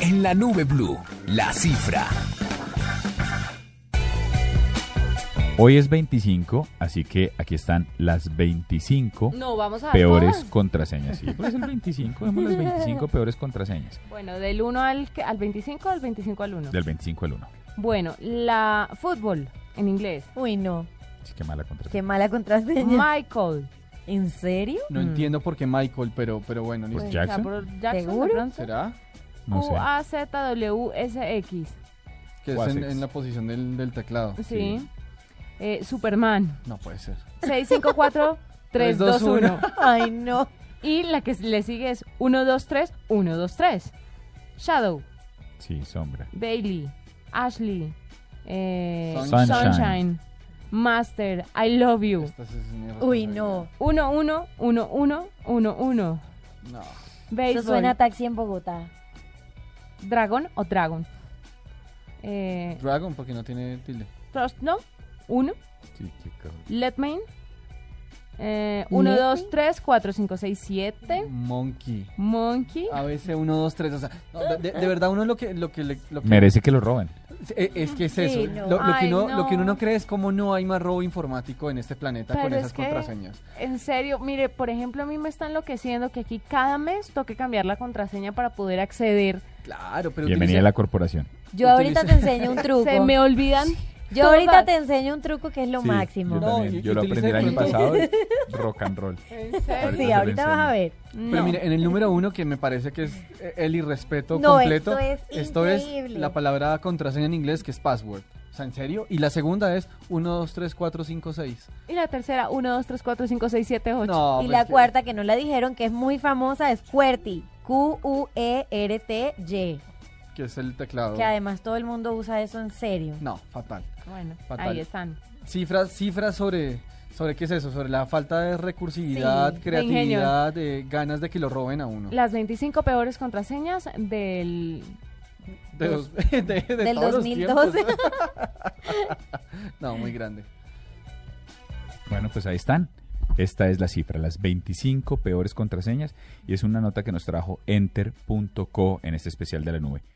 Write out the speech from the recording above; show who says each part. Speaker 1: En la nube blue, la cifra.
Speaker 2: Hoy es 25, así que aquí están las 25
Speaker 3: No, vamos a dar
Speaker 2: peores
Speaker 3: todas.
Speaker 2: contraseñas. Sí, pues es el 25, vemos las 25 peores contraseñas.
Speaker 3: Bueno, del 1 al, que- al 25, al 25 al 1.
Speaker 2: Del 25 al 1.
Speaker 3: Bueno, la fútbol en inglés.
Speaker 4: Uy, no.
Speaker 2: Así que mala contraseña.
Speaker 4: Qué mala contraseña.
Speaker 3: Michael.
Speaker 4: ¿En serio?
Speaker 5: No
Speaker 3: Mm.
Speaker 5: entiendo por qué Michael, pero, pero bueno,
Speaker 2: ¿Por
Speaker 5: listo.
Speaker 3: O sea,
Speaker 2: Jackson?
Speaker 3: por Pues, Jackson
Speaker 4: ¿Seguro?
Speaker 3: de pronto.
Speaker 5: ¿Será?
Speaker 2: No sé.
Speaker 3: Q-A-Z-W-S-X.
Speaker 5: Que es
Speaker 2: Quasex.
Speaker 5: en, en la posición del, del teclado.
Speaker 3: Sí.
Speaker 2: Sí.
Speaker 3: Eh, Superman.
Speaker 5: No puede ser.
Speaker 3: 654-321.
Speaker 4: Ay, no.
Speaker 3: y la que le sigue es 123-123. Shadow.
Speaker 2: Sí, sombra.
Speaker 3: Bailey, Ashley, eh,
Speaker 5: Sunshine.
Speaker 3: Sunshine, Master, I Love You.
Speaker 5: Esta sí es mi
Speaker 4: Uy,
Speaker 5: responsabilidad.
Speaker 4: no.
Speaker 3: 1 1 1 1 1 1
Speaker 5: No.
Speaker 4: Eso
Speaker 3: Béisbol,
Speaker 4: suena a taxi en Bogotá.
Speaker 3: Dragon o Dragon. Eh,
Speaker 5: Dragon, porque no tiene tilde.
Speaker 3: Trust No, 1.
Speaker 2: Sí, qué cosa.
Speaker 3: Let Eh, Main. 1,
Speaker 4: Let
Speaker 3: 2, 3, 4, 5, 6, 7.
Speaker 5: Monkey.
Speaker 3: Monkey.
Speaker 4: Ah.
Speaker 5: ABC 1, 2, 3. O sea, no, de, de- de verdad uno lo que. Lo que, le- lo que
Speaker 2: Merece que lo roben.
Speaker 5: Eh, Es que es eso.
Speaker 4: Sí, no.
Speaker 5: Lo, lo que
Speaker 3: Ay,
Speaker 5: uno, lo que uno
Speaker 3: no.
Speaker 5: no cree es cómo no hay más robo informático en este planeta con
Speaker 3: Pero
Speaker 5: esas
Speaker 3: es que-
Speaker 5: contraseñas.
Speaker 3: En serio, mire, por ejemplo, a mí me está enloqueciendo que aquí cada mes toque cambiar la contraseña para poder acceder.
Speaker 5: Claro, pero.
Speaker 2: Bienvenida a
Speaker 5: utilicen-
Speaker 2: la corporación.
Speaker 4: Yo ahorita te
Speaker 5: Utiliza-
Speaker 4: enseño un truco.
Speaker 3: Se me olvidan.
Speaker 4: Yo ahorita
Speaker 3: todas.
Speaker 4: te enseño un truco que es lo
Speaker 2: Sí,
Speaker 4: máximo.
Speaker 2: Yo,
Speaker 5: No,
Speaker 2: también.
Speaker 5: y-
Speaker 2: Yo lo
Speaker 5: utilicé
Speaker 2: aprendí el año
Speaker 5: pronto.
Speaker 2: pasado. Rock and roll. Ahorita se
Speaker 4: Sí,
Speaker 2: lo
Speaker 4: ahorita vas a
Speaker 2: enseño.
Speaker 4: ver.
Speaker 5: Pero
Speaker 3: No.
Speaker 5: mire, en el número uno, que me parece que es eh, el irrespeto
Speaker 4: No,
Speaker 5: completo,
Speaker 4: esto es increíble.
Speaker 5: la palabra contraseña en inglés que es password. O sea, ¿en serio? Y la segunda es 1, 2, 3, 4, 5, 6.
Speaker 3: Y la tercera, 1, 2, 3, 4, 5, 6, 7, 8.
Speaker 5: No,
Speaker 4: y
Speaker 5: pues
Speaker 4: la
Speaker 5: que-
Speaker 4: cuarta que no la dijeron, que es muy famosa, es QWERTY. E Q-U-E-R-T-Y.
Speaker 5: Que es el teclado.
Speaker 4: Que además todo el mundo usa eso en serio.
Speaker 5: No, fatal.
Speaker 3: Bueno,
Speaker 5: Fatal.
Speaker 3: ahí están.
Speaker 5: Cifras, cifras sobre, sobre qué es eso, sobre la falta de recursividad,
Speaker 4: Sí, de
Speaker 5: creatividad, de ganas de que lo roben a uno.
Speaker 3: Las 25 peores contraseñas del...
Speaker 5: De los- de- de
Speaker 4: Del
Speaker 5: todos los
Speaker 4: 2012.
Speaker 5: tiempos. no, muy grande.
Speaker 2: Bueno, pues ahí están. Esta es la cifra, las 25 peores contraseñas y es una nota que nos trajo enter.co en este especial de la nube.